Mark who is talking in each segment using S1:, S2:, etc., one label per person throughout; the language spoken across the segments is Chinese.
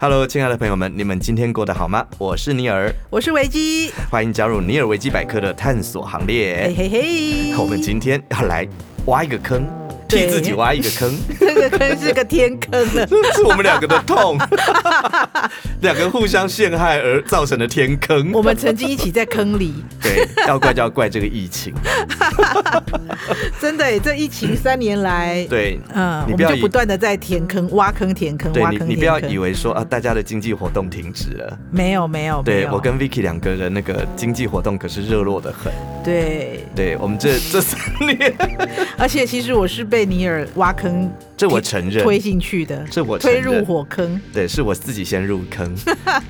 S1: Hello，亲爱的朋友们，你们今天过得好吗？我是尼尔，
S2: 我是维基，
S1: 欢迎加入尼尔维基百科的探索行
S2: 嘿
S1: 列。
S2: 嘿嘿。
S1: 哎我们今天要来挖一个坑，替
S2: 对
S1: 自己挖一个坑，
S2: 这个坑是个天坑啊了。
S1: 这是我们两个的痛， 两个互相陷害而造成的天坑。
S2: 我们曾经一起在坑里，
S1: 对，要怪就要怪这个疫情。
S2: 真的耶，这疫情三年来，，
S1: 对，
S2: 嗯，
S1: 你
S2: 我
S1: 不要
S2: 们就
S1: 以
S2: 不断的在填坑、挖坑、填坑、
S1: 对
S2: 挖
S1: 你
S2: 坑、填，坑。
S1: 你不要以为说啊，大家的经济活动停止了。
S2: 没有没有，没
S1: 对
S2: 有
S1: 我跟 Vicky 两个人那个经济活动可是热络的很。
S2: 对，
S1: 对我们这这三年，
S2: 而且其实我是被尼尔挖坑
S1: 这我承认，
S2: 推进去的，
S1: 这我承
S2: 推
S1: 认
S2: 入火坑。
S1: 对，是我自己先入 坑，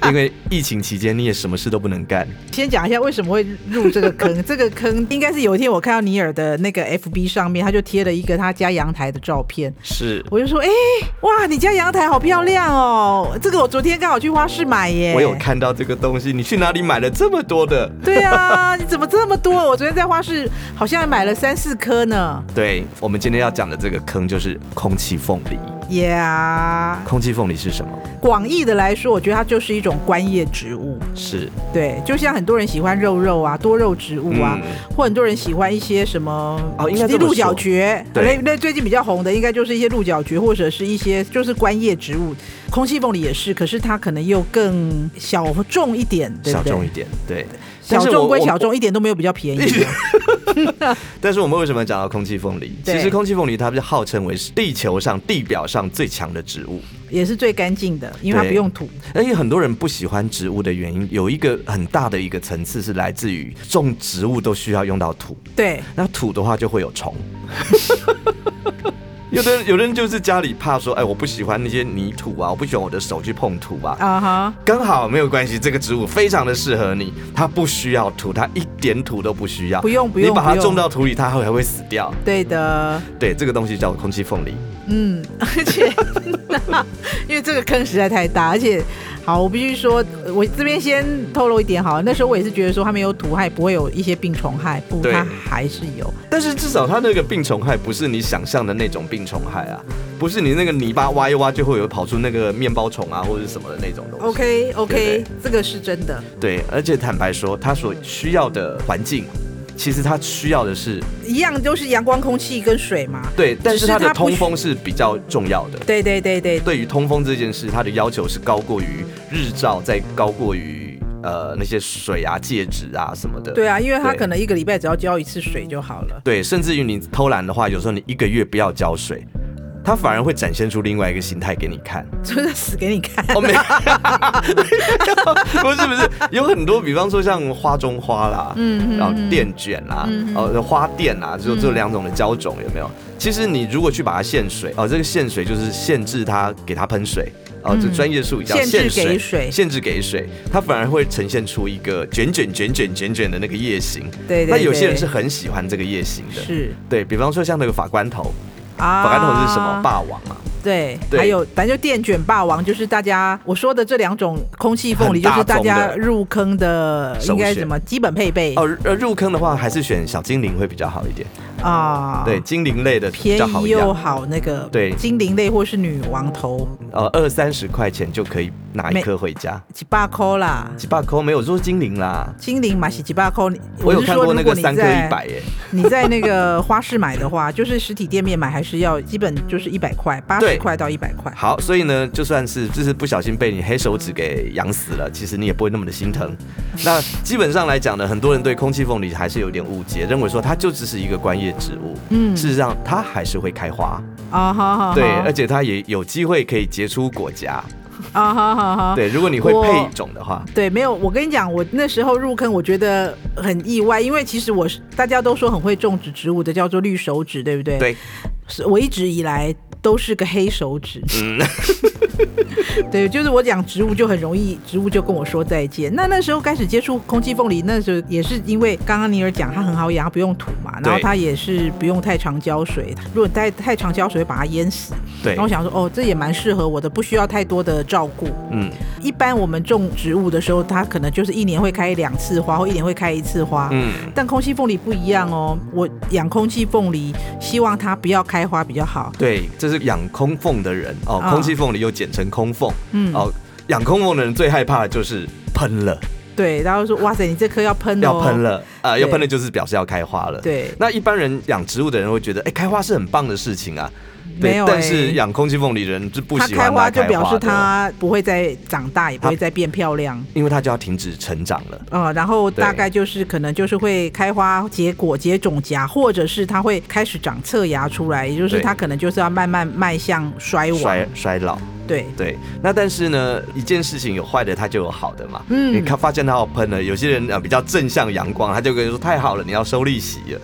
S1: 因为疫情期间你也什么事都不能干。
S2: 先讲一下为什么会入这个 坑，这个坑应该是有一天我看到尼尔的那个 FB 上面，他就贴了一个他家阳台的照片，
S1: 是
S2: 我就说，哎、哇，你家阳台好漂亮哦！这个我昨天刚好去花市买耶。
S1: 我有。看到这个东西，你去哪里买了这么多的？
S2: 对啊，你怎么这么多？我昨天在花市好像买了三四颗呢。
S1: 对我们今天要讲的这个坑就是空气凤梨。
S2: Yeah，
S1: 空气凤梨是什么？
S2: 广义的来说，我觉得它就是一种观叶植物。
S1: 是
S2: 对，就像很多人喜欢肉肉啊，多肉植物啊，
S1: 嗯
S2: 或很多人喜欢一些什么
S1: 哦应该这么说
S2: 鹿角蕨，
S1: 对
S2: 那那最近比较红的应该就是一些鹿角蕨，或者是一些就是观叶植物，空气凤梨也是，可是它可能又更小众一点，对
S1: 小
S2: 不对？
S1: 众一点，对。但
S2: 小
S1: 是
S2: 众
S1: 我
S2: 归
S1: 我
S2: 小众，一点都没有比较便宜。
S1: 但是我们为什么讲到空气凤梨？
S2: 对
S1: 其实空气凤梨它被号称为是地球上地表上最强的植物，
S2: 也是最干净的，因为它
S1: 对
S2: 不用土。
S1: 而且很多人不喜欢植物的原因，有一个很大的一个层次是来自于种植物都需要用到土，
S2: 对，
S1: 那土的话就会有虫。 有的人有的人就是家里怕说，哎，我不喜欢那些泥土啊，我不喜欢我的手去碰土啊。
S2: 啊哈，
S1: 刚好没有关系，这个植物非常的适合你，它不需要土，它一点土都不需要。
S2: 不用不用
S1: 你把
S2: 不
S1: 它
S2: 用
S1: 种到土里，它还会死掉。
S2: 对的，
S1: 对，这个东西叫空气凤梨。
S2: 嗯，而且 因为这个坑实在太大，而且好，我必须说，我这边先透露一点好了，那时候我也是觉得说它没有土害，不会有一些病虫害，不，
S1: 对
S2: 它还是有。
S1: 但是至少它那个病虫害不是你想象的那种病虫害啊，不是你那个泥巴挖一挖就会有跑出那个面包虫啊或者什么的那种东西。
S2: OK
S1: 对
S2: OK，这个是真的，
S1: 对，而且坦白说，它所需要的环境，其实它需要的是
S2: 一样都是阳光、空气跟水嘛。
S1: 对，但是它
S2: 只是
S1: 的
S2: 它不
S1: 通
S2: 需
S1: 风是比较重要的。
S2: 对对对对，
S1: 对于通风这件事，它的要求是高过于日照，再高过于呃那些水啊、介质啊什么的。
S2: 对啊，因为它
S1: 对
S2: 可能一个礼拜只要浇一次水就好了。
S1: 对，甚至于你偷懒的话，有时候你一个月不要浇水，它反而会展现出另外一个形态给你看。
S2: 真的死给你看。
S1: 哦，没有， 不是不是，有很多，比方说像花中花啦，嗯，然后电卷啦，
S2: 嗯
S1: 哦，花店啦，就这两种的胶种有没有？其实你如果去把它限水，哦，这个限水就是限制它给它喷水。哦，这
S2: 嗯
S1: 专业术语叫
S2: 限制
S1: 限
S2: 给水
S1: 限制给水，它反而会呈现出一个卷卷卷卷卷卷的那个夜形。
S2: 对对
S1: 那有些人
S2: 对
S1: 是很喜欢这个夜形的，
S2: 是
S1: 对比方说像那个法官头，
S2: 啊
S1: 法官头是什么？？霸王啊，
S2: 对，
S1: 对
S2: 还有反正就电卷霸王，就是大家我说的这两种空气凤梨，
S1: 很
S2: 就
S1: 大
S2: 是大家
S1: 众的
S2: 入坑的
S1: 首选
S2: 应该什么基本配备
S1: 哦，呃，入坑的话还是选小精灵会比较好一点。
S2: 啊？
S1: 对，，精灵类的比
S2: 便
S1: 较好
S2: 宜
S1: 养
S2: 又，好那个
S1: 对
S2: 精灵类或是女王头
S1: 呃，二三十块钱就可以拿一
S2: 没
S1: 颗回家。
S2: 几把扣啦，
S1: 几把扣没有说精灵啦，
S2: 精灵嘛是几把扣。你
S1: 我有
S2: 是
S1: 看
S2: 说
S1: 过那
S2: 如果
S1: 个
S2: 你
S1: 三颗
S2: 在
S1: 一百耶，
S2: 你在那个花市买的话，就是实体店面买还是要基本就是一百块，八
S1: 对
S2: 十块到一百块。
S1: 好，所以呢，就算是就是不小心被你黑手指给养死了，其实你也不会那么的心 疼。那基本上来讲呢，很多人对空气凤梨还是有点误解，认为说它就只是一个观叶植物，
S2: 嗯
S1: 事实上它还是会开花，
S2: 啊，好好
S1: 对，呃
S2: 好
S1: 而且它也有机会可以结出果荚，
S2: 啊，好好好。
S1: 对，如果你会
S2: 我
S1: 配种的话，
S2: 对，没有，我跟你讲，我那时候入坑，我觉得很意外，因为其实我是大家都说很会种植植物的，叫做绿手指，对不对？，
S1: 对，
S2: 是我一直以来都是个黑手指。
S1: 嗯，
S2: 对，就是我讲植物就很容易，植物就跟我说再见。那那时候开始接触空气凤梨，那时候也是因为刚刚尼尔讲它很好养，它不用土嘛，然后
S1: 对
S2: 它也是不用太常浇水，如果太太常浇水会把它淹死。
S1: 对
S2: 然后，我想说，哦，这也蛮适合我的，不需要太多的照顾。
S1: 嗯
S2: 一般我们种植物的时候，它可能就是一年会开两次花，或一年会开一次花。
S1: 嗯，
S2: 但空气凤梨不一样哦，我养空气凤梨，希望它不要开花比较好。
S1: 对，这是养空凤的人哦，
S2: 啊
S1: 空气凤梨又简称空凤，
S2: 嗯
S1: 哦。养空凤的人最害怕的就是喷了，
S2: 对，然后说哇塞，你这颗要喷了，
S1: 要喷，了，呃，
S2: 哦对
S1: 要喷了就是表示要开花了。
S2: 对，
S1: 那一般人养植物的人会觉得，哎、开花是很棒的事情啊。
S2: 没
S1: 对
S2: 有，
S1: 但
S2: 哎
S1: 是养空气凤梨人是不
S2: 它
S1: 喜
S2: 开
S1: 欢
S2: 花
S1: 它
S2: 就
S1: 开
S2: 表
S1: 花
S2: 示
S1: 的，
S2: 它不会再长大，也不
S1: 它
S2: 会再变漂亮。
S1: 因为它就要停止成长了。
S2: 呃，然后大
S1: 对
S2: 概就是可能就是会开花、结果、结种荚，或者是它会开始长侧芽出来，也就是
S1: 对
S2: 它可能就是要慢慢迈向衰亡。
S1: 衰衰老，
S2: 对，
S1: 对，那但是呢，一件事情有坏的，它就有好的嘛。
S2: 嗯
S1: 你看发现它要喷了，有些人呃比较正向阳光，他就跟你说太好了，你要收利息 了，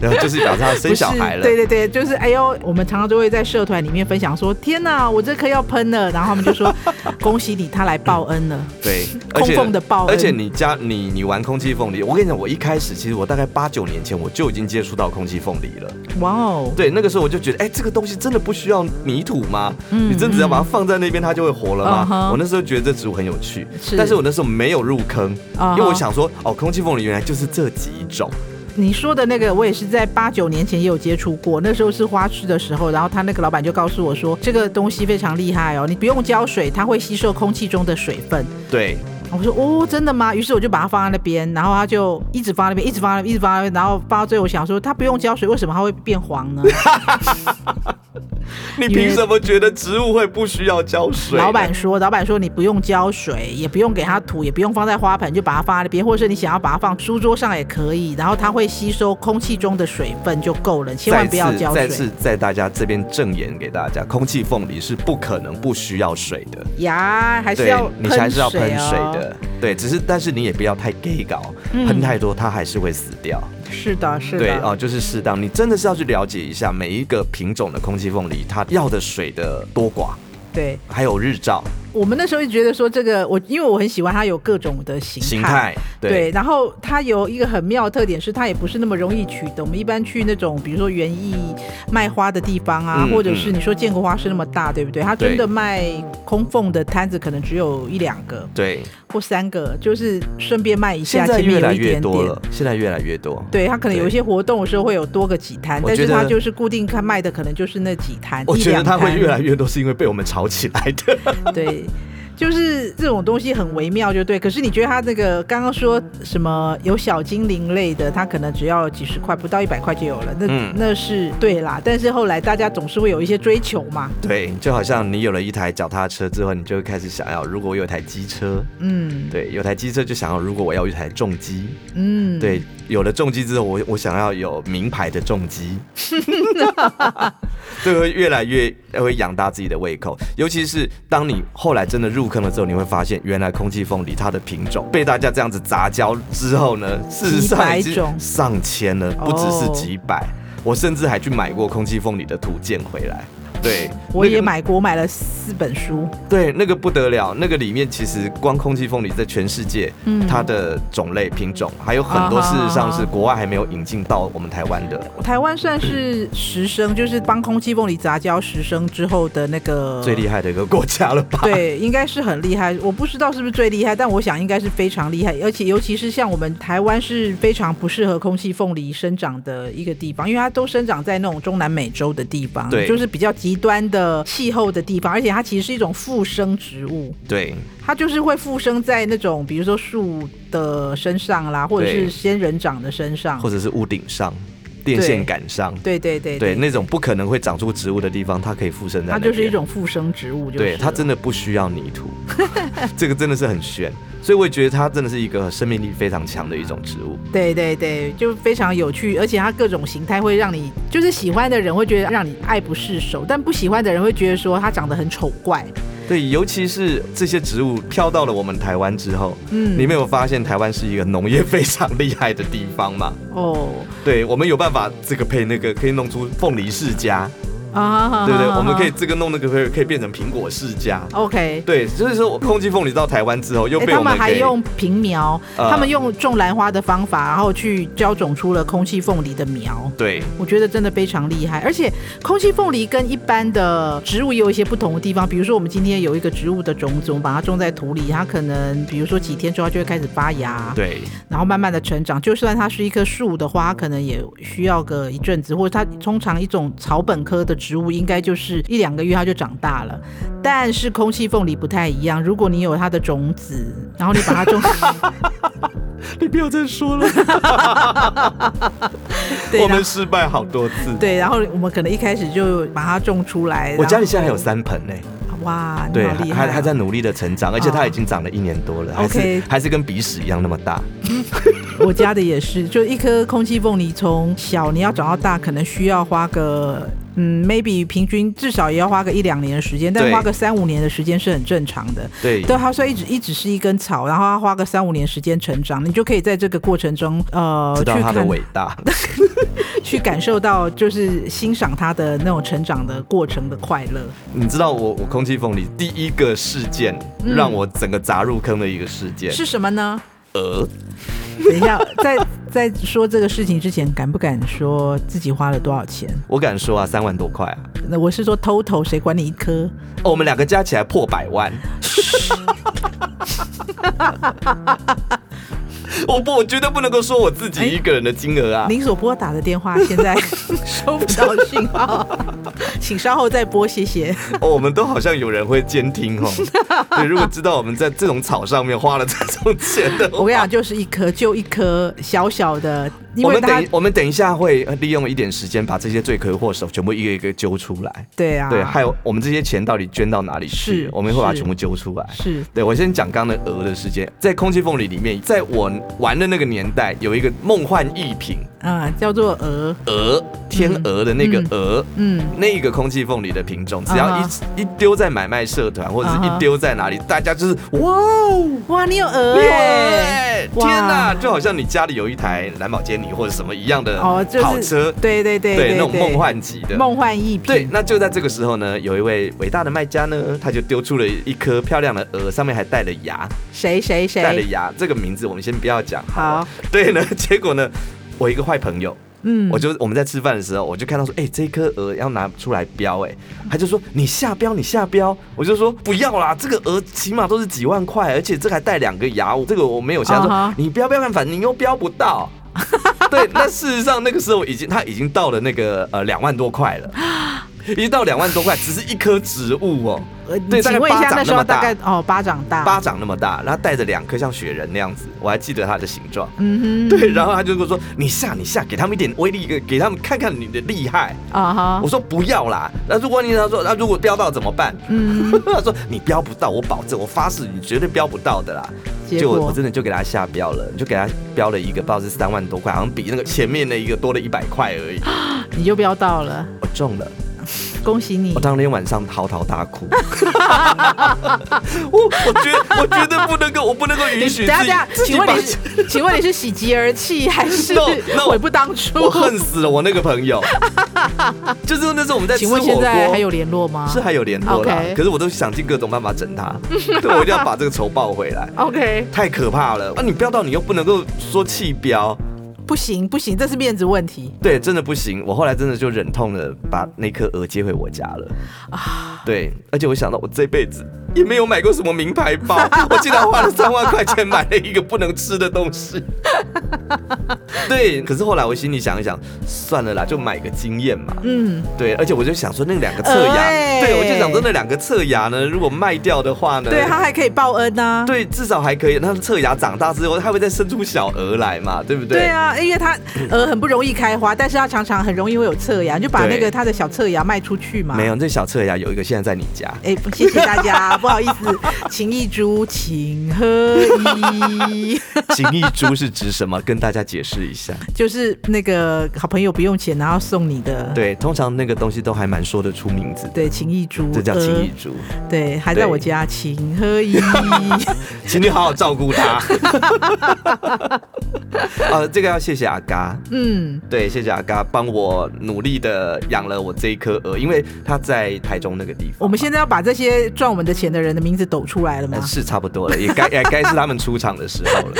S1: 然后就是表示他
S2: 不
S1: 生
S2: 是
S1: 小孩了。
S2: 对对对，就是哎呦，我们常常都会在社团里面分享说，天哪，我这颗要喷了，然后他们 就说恭喜你，他来报恩了。
S1: 对，而
S2: 空
S1: 且
S2: 缝的报恩
S1: 而且你家你你玩空气凤梨，我跟你讲，我一开始其实我大概八九年前我就已经接触到空气凤梨了。
S2: 哇哦，
S1: 对，那个时候我就觉得，哎、这个东西真的不需要泥土吗？
S2: 嗯
S1: 你真的只要把它放在那边，它就会活了吗
S2: 嗯哼
S1: 我那时候觉得这植物很有趣，
S2: 是
S1: 但是我那时候没有入坑
S2: 嗯哼
S1: 因为我想说，哦，空气凤梨原来就是这几种。
S2: 你说的那个，我也是在八九年前也有接触过，那时候是花市的时候，然后他那个老板就告诉我说，这个东西非常厉害哦，你不用浇水，它会吸收空气中的水分。
S1: 对，
S2: 我说哦，真的吗？于是我就把它放在那边，然后它就一直放在那边，一直放在那边，一直放在那边，然后放到最后，我想说它不用浇水，为什么它会变黄呢？
S1: 你
S2: 因为
S1: 凭什么觉得植物会不需要浇水呢？
S2: 老板说，老板说你不用浇水，也不用给它土，也不用放在花盆，就把它放在那边，或者是你想要把它放书桌上也可以，然后它会吸收空气中的水分就够了，千万不要浇
S1: 再次再
S2: 水
S1: 次在大家这边证言给大家，空气凤梨是不可能不需要水的。
S2: 呀，还是
S1: 对
S2: 要，
S1: 你还是要喷
S2: 哦
S1: 水。的。对，只是但是你也不要太 gay 搞，
S2: 嗯
S1: 喷太多它还是会死掉。
S2: 是的，是的，
S1: 对哦，就是适当，你真的是要去了解一下每一个品种的空气凤梨，它要的水的多寡，
S2: 对
S1: 还有日照
S2: 我们那时候就觉得说这个，我因为我很喜欢它有各种的形态。
S1: 形态。
S2: 对，
S1: 对
S2: 然后它有一个很妙的特点是，它也不是那么容易取得。我们一般去那种，比如说园艺卖花的地方啊，
S1: 嗯
S2: 或者是你说建国花市那么大，对不对？它真
S1: 对
S2: 的卖空缝的摊子可能只有一两个
S1: 对，
S2: 或三个，就是顺便卖一下，
S1: 现在
S2: 前面
S1: 越
S2: 有
S1: 来
S2: 一
S1: 越
S2: 点
S1: 多
S2: 点
S1: 了。，现在越来越多。
S2: 对它可能有一些活动的时候会有多个几摊，
S1: 我
S2: 但
S1: 觉
S2: 是
S1: 得
S2: 它就是固定看卖的可能就是那几 摊，
S1: 我
S2: 一
S1: 觉得
S2: 两
S1: 它
S2: 摊。
S1: 会越来越多，是因为被我们炒起来的。
S2: 对，就是这种东西很微妙，就对。可是你觉得它那个刚刚说什么有小精灵类的，它可能只要几十块，不到一百块就有了，那、
S1: 嗯
S2: 那是对啦。但是后来大家总是会有一些追求嘛，
S1: 对，就好像你有了一台脚踏车之后，你就会开始想要，如果我有一台机车，
S2: 嗯
S1: 对，有台机车就想要，如果我要一台重机，
S2: 嗯，
S1: 对，有了重机之后，我我想要有名牌的重机， 对，会越来越呃会养大自己的胃口。尤其是当你后来真的入坑了之后，你会发现，原来空气凤梨它的品种被大家这样子杂交之后呢，事实
S2: 几
S1: 上
S2: 百
S1: 已
S2: 种
S1: 经上千了，不只是
S2: 哦
S1: 几百。我甚至还去买过空气凤梨的图鉴回来。对，
S2: 我
S1: 那个
S2: 也买过，我买了四 本书，
S1: 对，那个不得了，那个里面其实光空气凤梨在全世界，
S2: 嗯
S1: 它的种类品种还有很多，
S2: 啊
S1: 事
S2: 哈
S1: 实上是
S2: 啊哈
S1: 国外还没有引进到我们台湾的
S2: 台湾算是实生，就是帮空气凤梨杂交实生之后的那个
S1: 最厉害的一个国家了吧？
S2: 对，应该是很厉害。我不知道是不是最厉害，但我想应该是非常厉害。而且尤其是像我们台湾是非常不适合空气凤梨生长的一个地方，因为它都生长在那种中南美洲的地方，
S1: 对
S2: 就是比较极端的气候的地方。而且它其实是一种附生植物，
S1: 对
S2: 它就是会附生在那种比如说树的身上啦，或者是
S1: 对
S2: 仙人掌的身上
S1: 或。者是屋顶上、电线杆上，
S2: 对对对
S1: 对，那种不可能会长出植物的地方，它可以附身在
S2: 它
S1: 那边。
S2: 就是一种附生植物就是了，
S1: 对，它真的不需要泥 土，这个真的是很炫。所以我也觉得它真的是一个生命力非常强的一种植物。
S2: 对对对，就非常有趣，而且它各种形态会让你，就是喜欢的人会觉得让你爱不释手，但不喜欢的人会觉得说它长得很丑怪。
S1: 对，尤其是这些植物飘到了我们台湾之后，
S2: 嗯，
S1: 你没有发现台湾是一个农业非常厉害的地方吗？
S2: 哦
S1: 对，我们有办法这个配那个，可以弄出凤梨世家，
S2: 啊，
S1: 对不对？我们可以这个弄那个，可以可以变成苹果世家。
S2: OK。
S1: 对，所以说空气凤梨到台湾之后又
S2: 哎、
S1: 被
S2: 他
S1: 我
S2: 们
S1: 们
S2: 还
S1: 给
S2: 用平苗，
S1: 呃
S2: 他们用种兰花的方法，然后去浇种出了空气凤梨的苗。
S1: 对
S2: 我觉得真的非常厉害，而且空气凤梨跟一般的植物也有一些不同的地方，比如说我们今天有一个植物的种子，我们把它种在土里，它可能比如说几天之后它就会开始发芽，
S1: 对
S2: 然后慢慢的成长。就算它是一棵树的话，它可能也需要个一阵子，或者它通常一种草本科的植物，应该就是一两个月它就长大了。但是空气凤梨不太一样，如果你有它的种子，然后你把 它种，
S1: 你不要再说了，
S2: 对
S1: 我
S2: 然
S1: 们
S2: 后
S1: 失败好多次。
S2: 对，然后我们可能一开始就把它种出来。
S1: 我家里
S2: 然后
S1: 现在还有三盆呢、
S2: 哇，你
S1: 对，
S2: 好厉害
S1: 还
S2: 哦
S1: 还在努力的成长，而且它已经长了一年多了，还是
S2: OK
S1: 还是跟鼻屎一样那么大。
S2: 我家的也是，就一颗空气凤梨，从小你要长到大，可能需要花个嗯，maybe 平均至少也要花个一两年的时间，但
S1: 对
S2: 花个三五年的时间是很正常的。
S1: 对，
S2: 对，它虽然一直一直是一根草，然后它花个三五年时间成长，你就可以在这个过程中，呃，
S1: 知道
S2: 去
S1: 它的
S2: 看
S1: 伟大。
S2: 去感受到，就是欣赏它的那种成长的过程的快乐。
S1: 你知道我我空气凤梨第一个事件，让我整个砸入坑的一个事件，
S2: 是什么呢？
S1: 鹅。
S2: 等一下， 在在说这个事情之前，敢不敢说自己花了多少钱？
S1: 我敢说啊，三万多块啊，
S2: 那我是说 total，谁管你一颗？
S1: 哦，我们两个加起来破百万。 我不，我绝对不能够说我自己一个人的金额啊。
S2: 您所拨打的电话现 在收不到信号，请稍后再拨，谢谢。
S1: 哦，我们都好像有人会监听哦。对，如果知道我们在这种草上面花了这种钱的话，
S2: 我跟你讲，就是一颗就一颗小小的，因
S1: 我
S2: 为
S1: 们
S2: 它
S1: 等一我们等一下会呃利用一点时间把这些罪魁祸首全部一个一个揪出来。
S2: 对啊，
S1: 对，还有我们这些钱到底捐到哪里去
S2: 是？
S1: 我们会把它
S2: 是
S1: 全部揪出来。
S2: 是
S1: 对，我先讲刚刚的鹅的事件，在空气凤梨里面，在我玩的那个年代，有一个梦幻逸品
S2: 啊、叫做鹅，
S1: 鹅，天鹅的那个鹅，
S2: 嗯，
S1: 那个空气凤梨的品种，只要一、
S2: 啊
S1: 一丢在买卖社团或者是
S2: 啊
S1: 一
S2: 哈
S1: 丢在哪里，大家就是哇哦，
S2: 哇，你有鹅
S1: 哇
S2: 哎、
S1: 哎
S2: 哇
S1: 天哪，就好像你家里有一台兰博基尼或者什么一样的
S2: 哦，就是
S1: 跑车，
S2: 对对对
S1: 那种梦幻级的。
S2: 梦幻一品，
S1: 对，那就在这个时候呢，有一位伟大的卖家呢，他就丢出了一颗漂亮的鹅，上面还带了牙，
S2: 谁谁
S1: 带了
S2: 谁，
S1: 牙这个名字我们先不要讲。
S2: 好，
S1: 对呢，结果呢，我一个坏朋友，
S2: 嗯，
S1: 我就我们在吃饭的时候，我就看到说，哎、这颗鹅要拿出来标、哎，他就说你下标，你下标，我就说不要啦，这个鹅起码都是几万块，而且这个还带两个牙，我这个我没有想说、
S2: 啊哈
S1: 你标标看，反正你又标不到。 对，那事实上那个时候已经他已经到了那个呃两万多块了，一到两万多块，只是一棵植物哦，
S2: 呃
S1: 对大概
S2: 请问一
S1: 巴
S2: 下
S1: 掌
S2: 那时
S1: 那
S2: 候
S1: 么大
S2: 大概哦巴掌大，
S1: 巴掌那么大，然后带着两颗像雪人那样子，我还记得它的形状。
S2: 嗯
S1: 对，然后他就跟我说：“你下，你下，给他们一点威力，给给他们看看你的厉害。”
S2: 哼，啊哈
S1: 我，说不要啦。那如果你他说，那如果飙到怎么办？
S2: 嗯，
S1: 他说你飙不到，我保证，我发誓你绝对飙不到的啦。
S2: 结
S1: 就我
S2: 果
S1: 真的就给他下标了，就给他标了一个，不知道是三万多块，好像比那个前面的一个多了一百块而 已。
S2: 你就飙到了，
S1: 我中了，
S2: 恭喜你
S1: 我，当天晚上嚎啕大 哭。我我觉得我觉得不能够，我不能够允
S2: 你
S1: 许
S2: 等下
S1: 自己自
S2: 等下，
S1: 己
S2: 请问
S1: 把
S2: 你是请问你是喜极而泣还是
S1: No, no,
S2: 悔不当初？
S1: 我恨死了我那个朋友。 就是那时候我们在吃
S2: 请
S1: 火
S2: 问
S1: 锅，
S2: 现在还有联络吗？
S1: 是还有联络啦
S2: OK
S1: 可是我都想尽各种办法整他， 对我一定要把这个仇报回来。
S2: OK，
S1: 太可怕了！啊，你飙到你又不能够说弃标，
S2: 不行不行，这是面子问题。
S1: 对，真的不行。我后来真的就忍痛的把那颗鹅接回我家了。啊，对，而且我想到我这辈子也没有买过什么名牌包， 我竟然花了三万块钱买了一个不能吃的东西。 对，可是后来我心里想一想，算了啦，就买个经验嘛。
S2: 嗯，
S1: 对，而且我就想说那两个侧牙，
S2: 哎
S1: 对我就想说那两个侧牙呢，如果卖掉的话呢，
S2: 对他还可以报恩呐、啊。
S1: 对至少还可以。那侧牙长大之后，它会再生出小鹅来嘛，对不对？
S2: 对啊，因为它呃很不容易开花，但是它常常很容易会有侧芽，你就把
S1: 对
S2: 那个它的小侧芽卖出去嘛。
S1: 没有，这小侧牙有一个现在在你家。
S2: 哎、不谢谢大家， 不好意思，情意猪，请喝一，
S1: 锦翼珠是指什么？跟大家解释一下。
S2: 就是那个好朋友不用钱，然后送你的，
S1: 对，通常那个东西都还蛮说得出名字的，
S2: 对，情意猪，
S1: 这叫
S2: 呃
S1: 锦翼珠，
S2: 对，还在
S1: 对
S2: 我家，请喝 一，呃
S1: 请你好好照顾它。 呃，这个要谢谢阿嘎，
S2: 嗯，
S1: 对，谢谢阿嘎帮我努力的养了我这一颗鹅，因为它在台中那个地方嘛。
S2: 我们现在要把这些赚我们的钱的人的名字抖出来了吗
S1: 呃？是差不多了，也该也该是他们出场的时候了。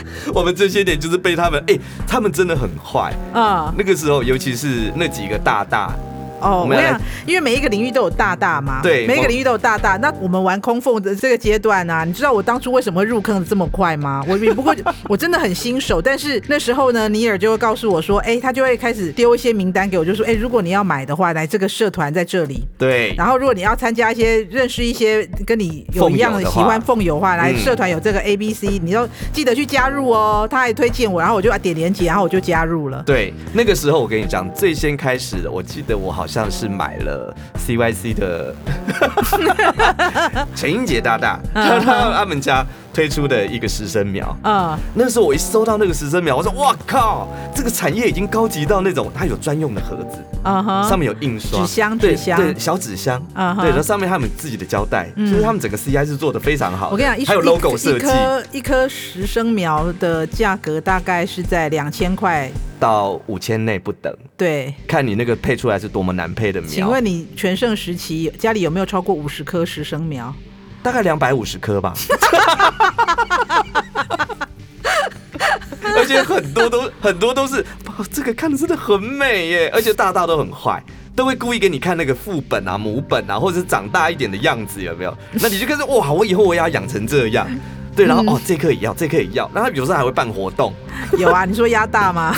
S1: 我们这些年就是被他们，哎、他们真的很坏。
S2: 啊、
S1: 那个时候，尤其是那几个大大，
S2: 哦，
S1: 我
S2: 我
S1: 们要
S2: 想
S1: 来，
S2: 因为每一个领域都有大大嘛，
S1: 对
S2: 每一个
S1: 我
S2: 领域都有大大。那我们玩空缝的这个阶段啊，你知道我当初为什么会入坑的这么快吗？我 也不过我真的很新手，但是那时候呢，尼尔就会告诉我说，哎、他就会开始丢一些名单给我，就说，哎、如果你要买的话，来这个社团在这里。
S1: 对，
S2: 然后，如果你要参加一些认识一些跟你有
S1: 凤
S2: 一
S1: 友
S2: 样的
S1: 的
S2: 喜
S1: 话
S2: 欢凤友的话，来
S1: 嗯
S2: 社团有这个 A B C，、你要记得去加入哦。他还推荐我，然后我就啊点连接，然后我就加入了。
S1: 对，那个时候我跟你讲，最先开始，我记得我好像是买了 CYC 的陈英杰大大，他他他们家推出的一个十升苗。
S2: 嗯，
S1: 那时候我一收到那个十升苗，我说哇靠，这个产业已经高级到那种，它有专用的盒子，
S2: 嗯哼，
S1: 上面有印刷
S2: 纸箱
S1: 对
S2: 纸箱
S1: 对，小纸箱，
S2: 啊哈
S1: 对，然后上面还有他们自己的胶带，
S2: 嗯
S1: 就是他们整个 CI 是做的非常好的。
S2: 我跟你讲，一
S1: 还有
S2: 一
S1: logo
S2: 一
S1: 设计
S2: 颗一颗十升苗的价格大概是在两千块。
S1: 到五千内不等，
S2: 对，
S1: 看你那个配出来是多么难配的苗。
S2: 请问你全盛时期家里有没有超过五十颗十升苗？
S1: 大概两百五十颗吧。 而且很多都很多都是，哇，这个看的真的很美耶！而且大大都很坏，都会故意给你看那个副本啊、母本啊，或者是长大一点的样子，有没有？那你就跟着哇，我以后我也要养成这样。对，
S2: 嗯
S1: 然后、哦，这颗也要，这颗也要，然后有时候还会办活动，
S2: 有啊，你说鸭大吗？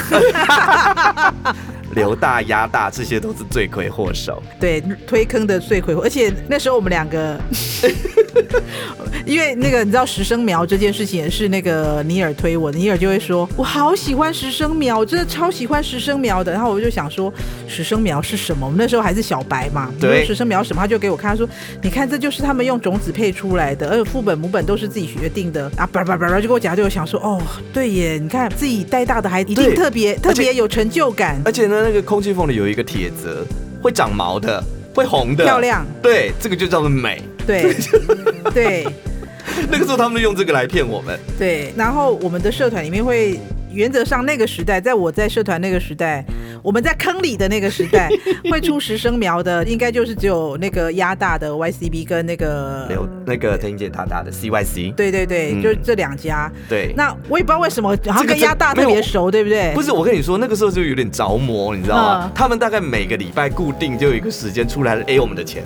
S1: 刘大、鸭大这些都是罪魁祸首。
S2: 对，推坑的罪魁祸。而且那时候我们两个，因为那个你知道十升苗这件事情也是那个尼尔推我，的，尼尔就会说我好喜欢十升苗，我真的超喜欢十升苗的。然后我就想说十升苗是什么？我们那时候还是小白嘛，我
S1: 对
S2: 说十升苗什么？他就给我看，他说你看这就是他们用种子配出来的，而且副本母本都是自己决定的啊，叭叭叭叭就跟我讲，就我想说哦，对耶，你看自己带大的孩子一定
S1: 对
S2: 特别特
S1: 而且
S2: 别有成就感，
S1: 而且呢，那个空气缝里有一个铁则，会长毛的，会红的，
S2: 漂亮，
S1: 对，这个就叫做美。
S2: 对对。
S1: 那个时候他们用这个来骗我们。
S2: 对，然后我们的社团里面会，原则上那个时代，在我在社团那个时代，我们在坑里的那个时 代，会出十生苗的，应该就是只有那个压大的 YCB 跟那个
S1: 刘那个田英姐大大的 CYC，
S2: 对对对，
S1: 嗯
S2: 就是这两家。
S1: 对，
S2: 那我也不知道为什么，好像
S1: 这个
S2: 跟
S1: 真
S2: 压大特
S1: 没
S2: 别
S1: 有
S2: 熟，对不对？
S1: 不是我跟你说，那个时候就有点着魔，你知道吗
S2: 嗯？
S1: 他们大概每个礼拜固定就有一个时间出来 A 我们的 钱，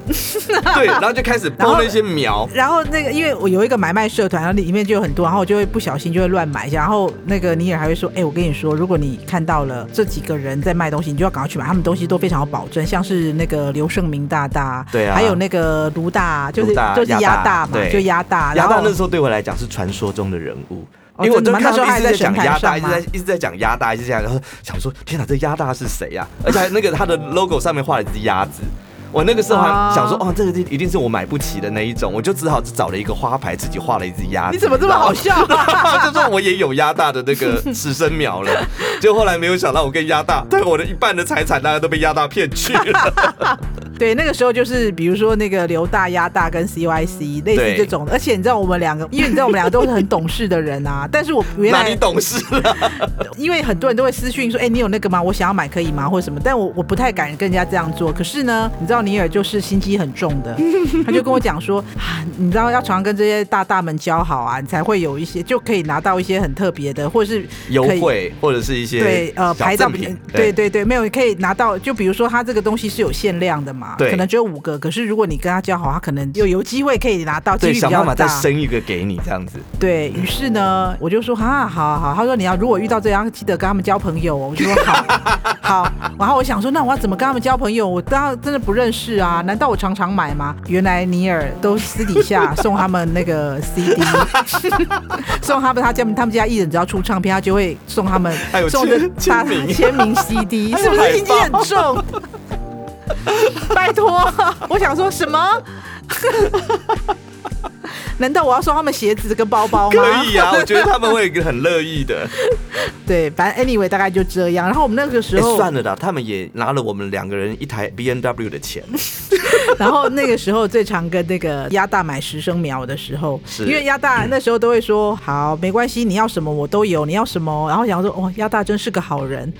S1: 对，然后就开始
S2: 然
S1: 播
S2: 后
S1: 那些苗，
S2: 然后那个，因为我有一个买卖社团，然后里面就有很多，然后我就会不小心就会乱买一下。然后那个尼尔还会说：“哎、我跟你说，如果你看到了这几个人在卖东西，你就要赶快去买，他们东西都非常有保证，像是那个刘胜明大大，
S1: 对啊
S2: 还有那个卢大，就是
S1: 卢大
S2: 就是
S1: 鸭
S2: 鸭
S1: 大
S2: 大嘛，
S1: 对
S2: 就鸭大，
S1: 鸭
S2: 然
S1: 大
S2: 后
S1: 那时候对我来讲是传说中的人物。
S2: 哦
S1: 因为我
S2: 真
S1: 就
S2: 的吗
S1: 看他
S2: 那时候
S1: 们一直在讲
S2: 还在神坛
S1: 鸭
S2: 上
S1: 大，一直
S2: 吗
S1: 在一直在讲鸭大，一直在讲，然后想说天哪，这鸭大是谁呀、而且还那个他的
S2: 哦
S1: logo 上面画了一只鸭子，我那个时候还
S2: 啊
S1: 想说，哦，这个一定是我买不起的那一种，我就只好只找了一个花牌，自己画了一只鸭子。
S2: 你怎么这
S1: 知
S2: 么
S1: 道吗
S2: 好笑、 啊？
S1: 就说我也有鸭大的那个十生苗 了，就后来没有想到我跟鸭大，对我的一半的财产大家都被鸭大骗去了。
S2: 对，那个时候就是比如说那个刘大、鸭大跟 CYC 类似
S1: 对
S2: 这种的，而且你知道我们两个，因为你知道我们两个都是很懂事的人啊，但是我 原
S1: 哪
S2: 来
S1: 里懂事了？
S2: 因为很多人都会私讯说，哎、你有那个吗？我想要买可以吗？或者什么？但我我不太敢跟人家这样做。可是呢，你知道尼尔就是心机很重的，他就跟我讲说，啊，你知道要常跟这些大大们交好啊，你才会有一些就可以拿到一些很特别的，或者是
S1: 优
S2: 可以
S1: 惠或者是一些
S2: 对，呃，
S1: 小
S2: 排到
S1: 赠
S2: 比
S1: 品，
S2: 对对对，没有可以拿到。就比如说，它这个东西是有限量的嘛，
S1: 对
S2: 可能只有五个。可是如果你跟他交好，他可能又有机会可以拿到，几
S1: 对，
S2: 率比
S1: 想
S2: 较
S1: 办法再
S2: 大。
S1: 生一个给你这样子。
S2: 对于是呢，我就说啊，好啊好啊，他说你要如果遇到这样，记得跟他们交朋友哦。我就说好， 好。然后我想说，那我要怎么跟他们交朋友？我当然真的不认识啊，难道我常常买吗？原来尼尔都私底下送他们那个 CD，送他们他家他们家艺人只要出唱片，他就会送他们
S1: 还有
S2: 送的
S1: 签
S2: 大
S1: 签名
S2: 签名 CD，是不
S1: 还
S2: 是
S1: 有
S2: 心机很重？拜托，啊我想说什么？ 难道我要送他们鞋子跟包包吗？
S1: 可以啊， 我觉得他们会很乐意的。
S2: 对，反正 anyway 大概就这样。然后我们那个时
S1: 哎
S2: 候，
S1: 算了啦，他们也拿了我们两个人一台 B N W 的钱。
S2: 然后那个时候最常跟那个鸭大买十生苗的时候，
S1: 是
S2: 因为鸭大那时候都会说、好，没关系，你要什么我都有，你要什么，然后想说哇，鸭大真是个好人，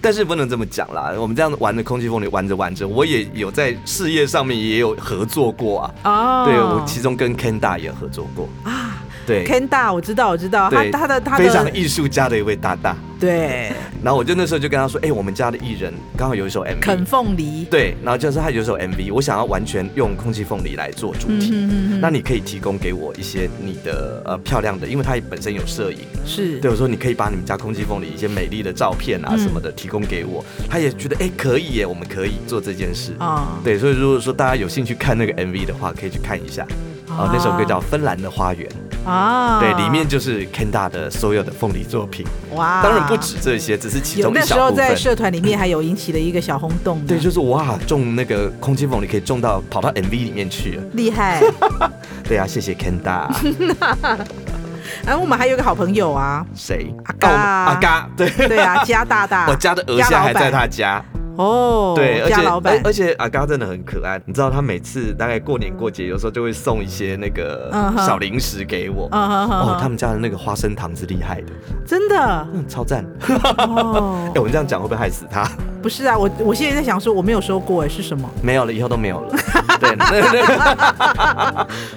S1: 但是不能这么讲啦，我们这样玩的空气风里玩着玩着，我也有在事业上面也有合作过啊。
S2: 哦
S1: 对我其中跟 Ken 大也合作过。
S2: 啊。
S1: 对
S2: Ken 大，我知道，我知道，他
S1: 对，
S2: 他的他
S1: 非常
S2: 的
S1: 艺术家的一位大大。
S2: 对
S1: 然后我就那时候就跟他说，哎、我们家的艺人刚好有一首 MV，
S2: 啃凤梨，
S1: 对，然后就是他有一首 MV，我想要完全用空气凤梨来做主
S2: 嗯
S1: 题。
S2: 哼哼哼
S1: 那你可以提供给我一些你的呃漂亮的，因为他本身有摄影，
S2: 是
S1: 对我说你可以把你们家空气凤梨一些美丽的照片啊
S2: 嗯
S1: 什么的提供给我。他也觉得哎、可以耶，我们可以做这件事。
S2: 啊
S1: 对，所以如果说大家有兴趣看那个 MV 的话，可以去看一下。
S2: 哦
S1: 啊、那首歌叫《芬兰的花园》，
S2: 啊，
S1: 对，里面就是 Kenda 的所有的凤梨作品。
S2: 哇，
S1: 当然不止这些，只是其
S2: 啊有
S1: 中一
S2: 那时
S1: 小
S2: 候
S1: 部分
S2: 在。社团里面还有引起了一个小轰动呢，
S1: 对，就是哇，种那个空气凤梨可以种到跑到 MV 里面去了。
S2: 厉害。
S1: 对啊，谢谢 Kenda。
S2: 然哎后我们还有一个好朋友啊，
S1: 谁？
S2: 阿嘎
S1: 哦阿嘎，对。
S2: 对啊，家大大，
S1: 我家的鹅
S2: 家老
S1: 虾还
S2: 板
S1: 在他家，
S2: 哦，
S1: 对，而且哎
S2: 家老板
S1: 而，而且阿嘎真的很可爱，你知道他每次大概过年过节，有时候就会送一些那个
S2: 嗯哼
S1: 小零食给我。
S2: 嗯哼哼
S1: 哦，他
S2: 哼，
S1: 们家的那个花生糖是厉害的，
S2: 真的
S1: 嗯，超赞。
S2: 哦
S1: 哎，，我们这样讲会不会害死他？
S2: 不是啊，我我现在在想说我没有收过哎，是什么？
S1: 没有了，以后都没 有了。对，那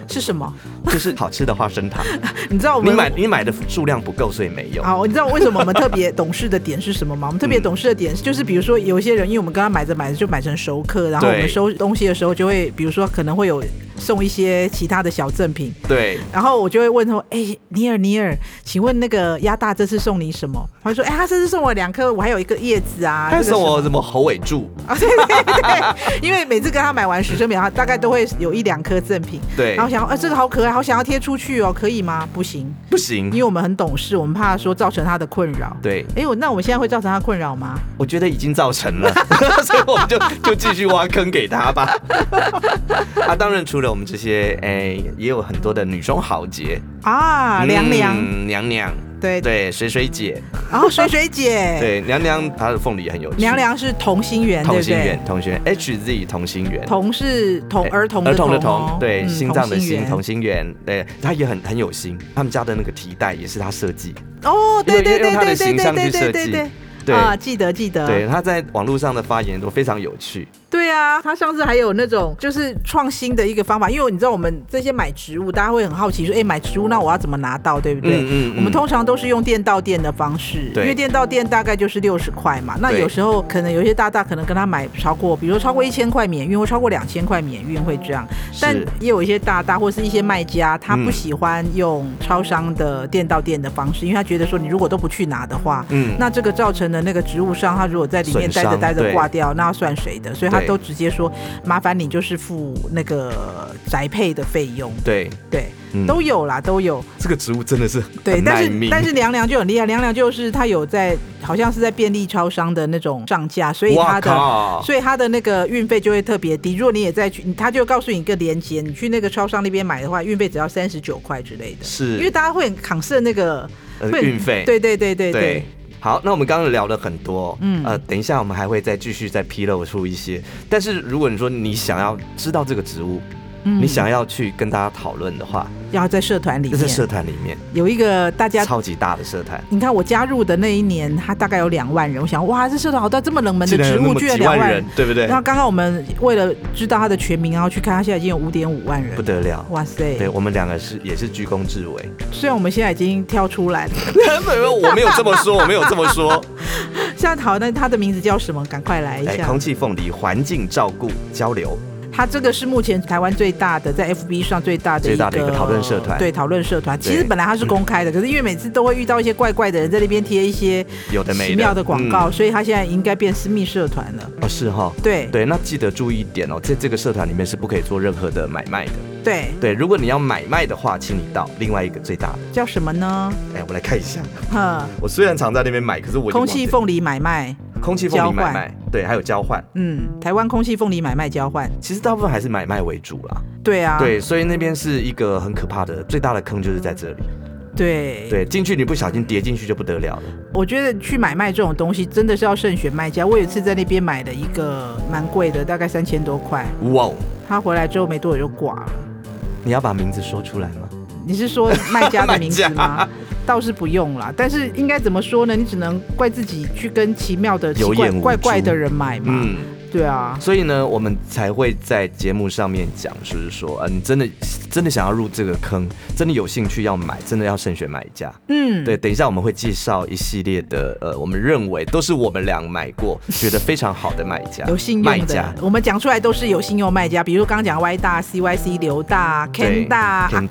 S2: 是什么？
S1: 那就是好吃的花生糖，
S2: 你知道我
S1: 你
S2: 们
S1: 买你买的数量不够，所以没有。啊
S2: 好，你知道为什么我们特别懂事的点是什 么吗？我
S1: 嗯
S2: 们特别懂事的点就是，比如说有一些人，因为我们刚刚买着买着就买成熟客，然后我
S1: 对
S2: 们收东西的时候就会，比如说可能会有送一些其他的小赠品，
S1: 对，
S2: 然后我就会问他说：“哎、尼尔尼尔，请问那个鸭大这次送你什么？”他说：“哎、他这次送我两颗，我还有一个叶子啊。”
S1: 但
S2: 这
S1: 是
S2: 个
S1: 我
S2: 什么
S1: 什么侯尾柱，
S2: 啊，对对对，因为每次跟他买完许生饼，他大概都会有一两颗赠品。
S1: 对嗯
S2: 然，后想要，啊，这个好可爱，好想要贴出去哦，可以吗？不行，
S1: 不
S2: 因
S1: 行。
S2: 为我们很懂事，我们怕说造成他的困扰。
S1: 对，
S2: 哎、我那我们现在会造成他困扰吗？
S1: 我觉得已经造成了， 所以我们就就继续挖坑给他吧。 啊，当然除了我们这些，哎、也有很多的女中豪杰，
S2: 啊，凉凉，
S1: 嗯娘娘，
S2: 对，
S1: 对，水水姐，
S2: 然后水水姐，，
S1: 对，娘娘她的凤梨也很有趣，
S2: 凉凉是同心圆，对
S1: 同
S2: 不
S1: 心
S2: 对？
S1: 圆，同心圆，H Z 同心圆。
S2: 同是同
S1: 哎
S2: 儿童
S1: 儿童的
S2: 童哦
S1: 童，对，
S2: 嗯
S1: 心脏的心，同
S2: 同
S1: 心圆，对，她也很很有心，他们家的那个提袋也是她设计，
S2: 圆哦，对
S1: 因为
S2: 对
S1: 用
S2: 对
S1: 他的
S2: 对对
S1: 形
S2: 对
S1: 象
S2: 对
S1: 去
S2: 对
S1: 设
S2: 对
S1: 计
S2: 对，
S1: 对，
S2: 啊，记得记得，
S1: 对，她在网络上的发言都非常有趣，
S2: 对啊，他上次还有那种就是创新的一个方法，因为你知道我们这些买植物，大家会很好奇说，哎，买植物那我要怎么拿到，对不对？
S1: 嗯嗯嗯
S2: 我们通常都是用店到店的方式，因
S1: 对
S2: 为店到店大概就是六十块嘛。那
S1: 对
S2: 有时候可能有一些大大可能跟他买超过，比如说超过一千块免运或超过两千块免运会这样，但
S1: 是
S2: 也有一些大大或是一些卖家，他不
S1: 嗯
S2: 喜欢用超商的店到店的方式，因为他觉得说你如果都不去拿的话，
S1: 嗯，
S2: 那这个造成的那个植物商，他如果在里面
S1: 损
S2: 待
S1: 伤
S2: 着待着
S1: 对
S2: 挂掉，那要算谁的？所以他
S1: 对
S2: 都直接说，麻烦你就是付那个宅配的费用。
S1: 对，
S2: 对，
S1: 嗯
S2: 都有啦，都有。
S1: 这个植物真的是
S2: 对，
S1: 很
S2: 但
S1: 耐
S2: 是
S1: 命
S2: 但是凉凉就很厉害，凉凉就是他有在，好像是在便利超商的那种上架，所以他
S1: 哇
S2: 的。
S1: 靠，
S2: 所以他的那个运费就会特别低。如果你也在去，他就告诉你一个链接，你去那个超商那边买的话，运费只要三十九块之类的。
S1: 是
S2: 因为大家会很 concern 那个
S1: 呃
S2: 会很
S1: 运费
S2: 对对对对对
S1: 对。好，那我们刚刚聊了很多，
S2: 嗯
S1: 嗯，呃，等一下我们还会再继续再披露出一些。但是如果你说你想要知道这个植物，
S2: 嗯
S1: 你想要去跟大家讨论的话，
S2: 要在社团里
S1: 就
S2: 面
S1: 在社团里面，
S2: 有一个大家，
S1: 超级大的社团，
S2: 你看我加入的那一年，他大概有两万人。我想，哇，这社团好大，这么冷门
S1: 竟
S2: 的
S1: 然
S2: 植
S1: 有那
S2: 物
S1: 么
S2: 居然
S1: 几
S2: 两
S1: 万
S2: 万
S1: 人。，对不对
S2: 然？后刚刚我们为了知道他的全名，然后去看，他现在已经有五点五万人
S1: 不。得了，
S2: 哇塞！
S1: 对我们两个是也是居功至 伟。
S2: 虽然我们现在已经挑出来了，
S1: 没有，我没有这么说，我没有这么说。
S2: 现在好，那他的名字叫什么？赶快来一
S1: 哎，
S2: 下。
S1: 空气凤梨环境照顾交流，
S2: 他这个是目前台湾最大的，在 FB 上最大的
S1: 最大的一个讨论社团
S2: 对讨论社团。其实
S1: 对嗯
S2: 本来它是公开的，可是因为每次都会遇到一些怪怪的人在那边贴一些
S1: 有的没的
S2: 奇妙的广告，
S1: 嗯
S2: 所以他现在应该变私密社团了。
S1: 哦，是哈、
S2: 对
S1: 对，那记得注意一点哦，在这个社团里面是不可以做任何的买卖的。
S2: 对，
S1: 对，如果你要买卖的话，请你到另外一个最大的。
S2: 叫什么呢？
S1: 哎，我们来看一下。
S2: 哼，
S1: 我虽然常在那边买，可是我已经
S2: 空
S1: 忘记
S2: 气凤梨买卖，
S1: 空气凤梨
S2: 交换
S1: 买卖，对，还有交换，
S2: 嗯，台湾空气凤梨买卖交换，
S1: 其实大部分还是买卖为主啦。
S2: 对啊，
S1: 对，所以那边是一个很可怕的，最大的坑就是在这里。
S2: 对，
S1: 对，进去你不小心跌进去就不得了了。
S2: 我觉得去买卖这种东西真的是要慎选卖家。我有一次在那边买了一个蛮贵的，大概三千多块，
S1: 哇哦，
S2: 他回来之后没多久就挂了。
S1: 你要把名字说出来吗？
S2: 你是说卖家的名字
S1: 卖
S2: 吗？倒是不用啦，但是应该怎么说呢？你只能怪自己去跟奇妙的、奇
S1: 有
S2: 怪
S1: 眼无珠
S2: 怪怪的人买嘛。
S1: 嗯，
S2: 对啊，
S1: 所以呢，我们才会在节目上面讲，就是说，呃，你真的真的想要入这个坑，真的有兴趣要买，真的要慎选买家。
S2: 嗯，
S1: 对，等一下我们会介绍一系列的，呃，我们认为都是我们俩买过，觉得非常好的买家，
S2: 有信
S1: 啊卖
S2: 用
S1: 家
S2: 的，。我们讲出来都是有信用卖家，比如刚刚讲 Y 大、CYC、刘大、
S1: 对
S2: Ken 大、阿
S1: Ken
S2: 嘎、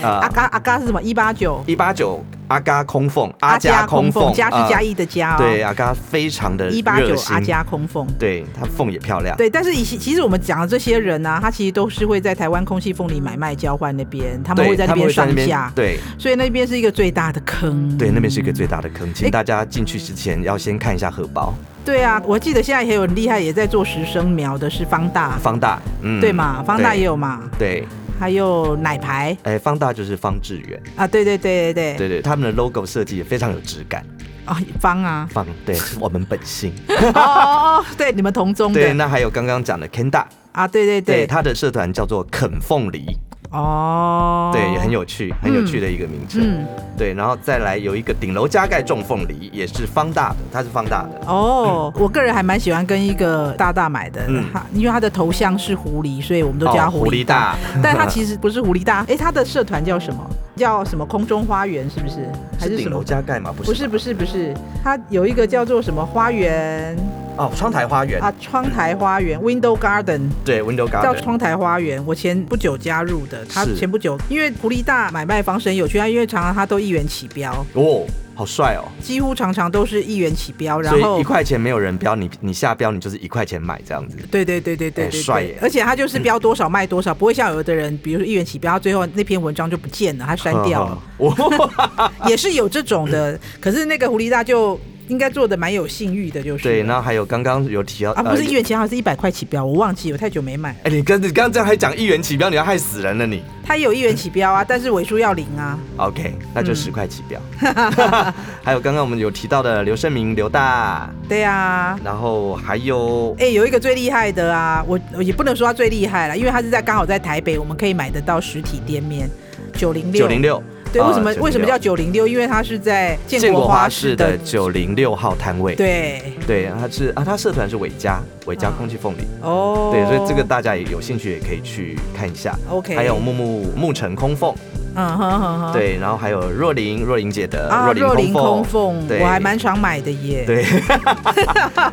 S1: 大啊
S2: 阿嘎、阿嘎是什么？一八九
S1: 一八九阿嘎空缝，阿加空缝，
S2: 加
S1: 呃
S2: 是加一的加哦，
S1: 对，阿嘎非常的
S2: 一八九
S1: 呃热心
S2: 阿，加空缝。
S1: 对他缝也漂亮，
S2: 对，但是以其其实我们讲的这些人呢、啊他其实都是会在台湾空气凤梨买卖交换那边，他们会
S1: 对，
S2: 在
S1: 他
S2: 那
S1: 们
S2: 边
S1: 会在
S2: 上
S1: 那边
S2: 架，
S1: 对
S2: 所以那边是一个最大的坑。
S1: 对，那边是一个最大的坑，请
S2: 诶
S1: 大家进去之前要先看一下荷包，
S2: 对啊，我记得现在也有很厉害，也在做实生苗的是方大，
S1: 方大，嗯，
S2: 对嘛？方大
S1: 对
S2: 也有嘛，
S1: 对，
S2: 还有奶牌
S1: 哎，方大就是方志远，
S2: 啊，对对对对对，
S1: 对对，他们的 logo 设计也非常有质感，
S2: 啊、方 啊，
S1: 方 对是我们本性，
S2: 哦哦哦，对，你们同宗
S1: 对，
S2: 的
S1: 那还有刚刚讲的 Kenda，
S2: 啊，对对
S1: 对，
S2: 对，
S1: 他的社团叫做肯凤梨，
S2: 哦，
S1: 对，也很有趣，很有趣的一个名称，
S2: 嗯，
S1: 对，然后再来有一个顶楼加盖种凤梨，也是方大的，它是方大的，
S2: 哦，我个人还蛮喜欢跟一个大大买的，
S1: 嗯
S2: 他因为他的头像是狐狸，所以我们都叫
S1: 哦
S2: 他
S1: 狐狸
S2: 狸大。
S1: 大，
S2: 但他其实不是狐狸大，哎，他的社团叫什么？叫什么空中花园是不是？还
S1: 是
S2: 是
S1: 顶
S2: 什
S1: 楼
S2: 么？
S1: 加盖吗？不是，
S2: 不是不是不是，他有一个叫做什么花园
S1: 哦，窗台花园，
S2: 啊，窗台花园 （Window Garden）
S1: 对，Window
S2: 叫
S1: Garden，
S2: 窗台花园。我前不久加入的，他
S1: 是
S2: 前不久因为狐狸大买卖方式很有趣，他因为常常他都一元起标，
S1: 哦，好帅哦。
S2: 几乎常常都是一元起标，然
S1: 所
S2: 后
S1: 以一块钱没有人标，你你下标你就是一块钱买这样子。
S2: 对对对对对
S1: 哎
S2: 对对
S1: 帅耶
S2: 而且他就是标多少卖多少，不会像有的人，比如说一元起标，最后那篇文章就不见了，他删掉了，
S1: 哦，哦
S2: 也是有这种 的。可是那个狐狸大就应该做的蛮有信誉的，就是
S1: 对，然后还有刚刚有提到，
S2: 啊，不是一
S1: 呃
S2: 元起标，好像是一百块起标，我忘记，我太久没买。
S1: 哎、你刚你刚刚这样还讲一元起标，你要害死人了你。
S2: 他也有一元起标啊，但是尾数要零啊。
S1: OK，那就
S2: 嗯
S1: 十块起标。 还有刚刚我们有提到的刘胜明、刘大，
S2: 对啊。
S1: 然后还有
S2: 哎、有一个最厉害的啊，我我也不能说他最厉害了，因为他是在刚好在台北，我们可以买得到实体店面，九零六
S1: 九零六。
S2: 对，
S1: 呃
S2: 为什么、为什么叫
S1: 906
S2: 九零六？因为它是在建
S1: 建
S2: 国
S1: 国花
S2: 花
S1: 市
S2: 市
S1: 的
S2: 的
S1: 九零六号摊位？
S2: 对
S1: 对，他是啊，他社团是伟嘉，伟嘉
S2: 啊
S1: 空气凤梨。
S2: 哦，
S1: 对，所以这个大家也有兴趣也可以去看一下。
S2: OK，
S1: 还有木木木城空凤，
S2: 嗯哼哼哼，
S1: 对，然后还有若琳若琳姐的
S2: 啊，若
S1: 若
S2: 林
S1: 琳
S2: 空
S1: 空凤，
S2: 凤，
S1: 对
S2: 我还蛮常买的耶，
S1: 对，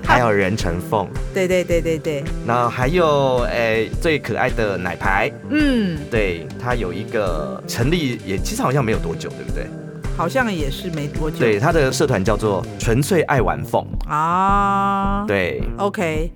S1: 还有任晨凤，
S2: 对对对对对，
S1: 然后还有诶、最可爱的奶牌，
S2: 嗯，
S1: 对，它有一个成立也其实好像没有多久，对不对？
S2: 好像也是没多久，
S1: 对，它的社团叫做纯粹爱玩凤，
S2: 哦啊，
S1: 对，
S2: ，OK。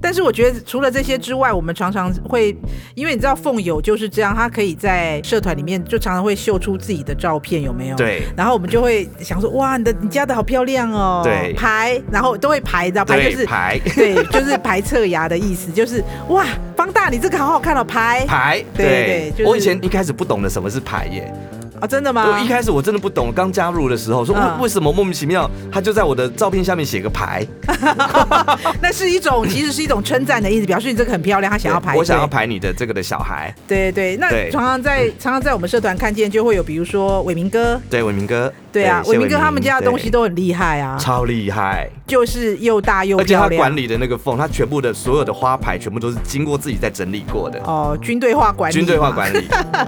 S2: 但是我觉得除了这些之外，我们常常会，因为你知道凤友就是这样，他可以在社团里面就常常会秀出自己的照片，有没有？。
S1: 对。
S2: 然后我们就会想说，哇，你的你家的好漂亮哦，
S1: 对
S2: 排，然后都会排，你知道排就
S1: 对，
S2: 是
S1: 牌
S2: 对，就是排侧牙的意思，就是哇，方大，你这个好好看哦，排
S1: 牌，
S2: 对对就是
S1: 我以前一开始不懂得什么是牌耶，
S2: 哦，真的吗
S1: 我一？开始我真的不懂，刚加入的时候说
S2: 嗯
S1: 为为什么莫名其妙他就在我的照片下面写个牌，
S2: 那是一种，其实是一种称赞的意思，表示你这个很漂亮，他想要排，
S1: 我想要。排你的这个的小孩，
S2: 对对，那
S1: 对嗯
S2: 常常在常常在我们社团看见，就会有比如说伟明哥，
S1: 对，伟明哥，
S2: 对啊，
S1: 谢
S2: 伟明哥他们家的东西都很厉害啊
S1: 对，超厉害，
S2: 就是又大又
S1: 而且
S2: 漂
S1: 他
S2: 亮
S1: 管。理的那个缝，他全部的所有的花牌全部都是经过自己在整理过的，
S2: 哦，军队化管理，
S1: 军队化管理，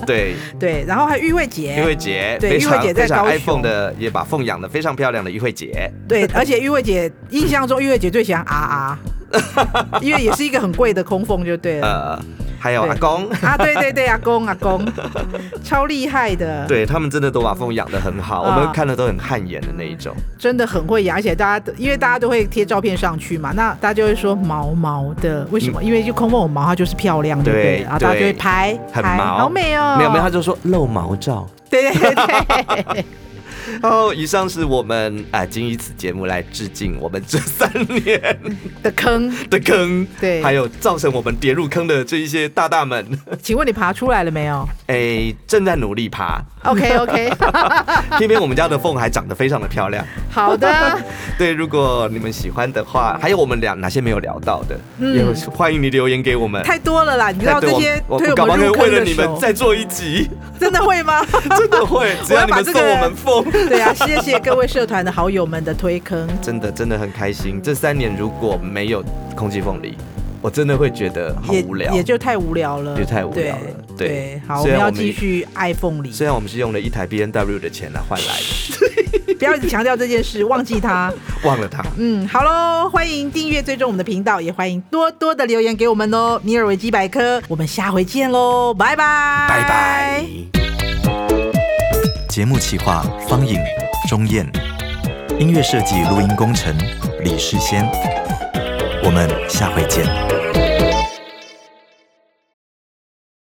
S1: 对，
S2: 对，然后还有玉慧姐，
S1: 玉慧姐，
S2: 对
S1: 非常
S2: 玉慧姐在
S1: 非常
S2: 高雄
S1: 爱凤的，也把凤养的非常漂亮的玉慧姐，
S2: 对，而且玉慧姐印象中玉慧姐最喜欢 啊啊，因为也是一个很贵的空缝就对了。
S1: 呃，还有
S2: 对
S1: 阿公，
S2: 啊，对对对，阿公阿公，超厉害的，，
S1: 对他们真的都把凤养的很好，我们
S2: 啊
S1: 看了都很汗颜的那一种，
S2: 真的很会养，而且大家都因为大家都会贴照片上去嘛，那大家就会说毛毛的，为什么？因为就空缝有毛，它就是漂亮，对
S1: 嗯
S2: 不
S1: 对
S2: 对？然后大家就
S1: 对
S2: 会拍，
S1: 很
S2: 拍
S1: 毛
S2: 好美哦，
S1: 没 有没有，他，就说露毛照。
S2: 对对对对，
S1: 哦，以上是我们啊，仅以此节目来致敬我们这三年
S2: 的坑，
S1: 的坑，
S2: 对
S1: 还有造成我们跌入坑的这一些大大们。
S2: 请问你爬出来了没有
S1: 哎，正在努力爬。
S2: ？OK OK，
S1: 偏偏我们家的凤还长得非常的漂亮。
S2: 好的，
S1: 对，如果你们喜欢的话，还有我们俩哪些没有聊到的，
S2: 嗯
S1: 也欢迎你留言给我们。
S2: 太多了啦，你知
S1: 哎
S2: 道
S1: 对
S2: 这
S1: 我
S2: 些
S1: 我
S2: 推
S1: 搞
S2: 我
S1: 不好
S2: 们
S1: 可以为
S2: 入
S1: 了
S2: 坑的
S1: 你
S2: 时
S1: 们
S2: 候，
S1: 再做一 集，
S2: 真的会吗？
S1: 真的会，只要你
S2: 把
S1: 们
S2: 这
S1: 送
S2: 个
S1: 我们凤。
S2: 对啊，谢谢各位社团的好友们的推坑。
S1: 真的真的很开心，这三年如果没有空气凤梨，我真的会觉得好
S2: 也
S1: 无聊，
S2: 也就太无聊了，
S1: 也太无聊了
S2: 对
S1: 对
S2: 好，我
S1: 虽然
S2: 们要
S1: 我们
S2: 继续爱凤梨，
S1: 虽然我们是用了一台 B N W 的钱来啊换来的，
S2: 不要一直强调这件事，忘记 它。
S1: 忘了它。
S2: 嗯，好喽，欢迎订阅追踪我们的频道，也欢迎多多的留言给我们哦。尼尔维基百科，我们下回见喽，拜拜，
S1: 拜拜。
S3: 节目企划方颖、钟燕，音乐设计、录音工程李世先。我们下回见。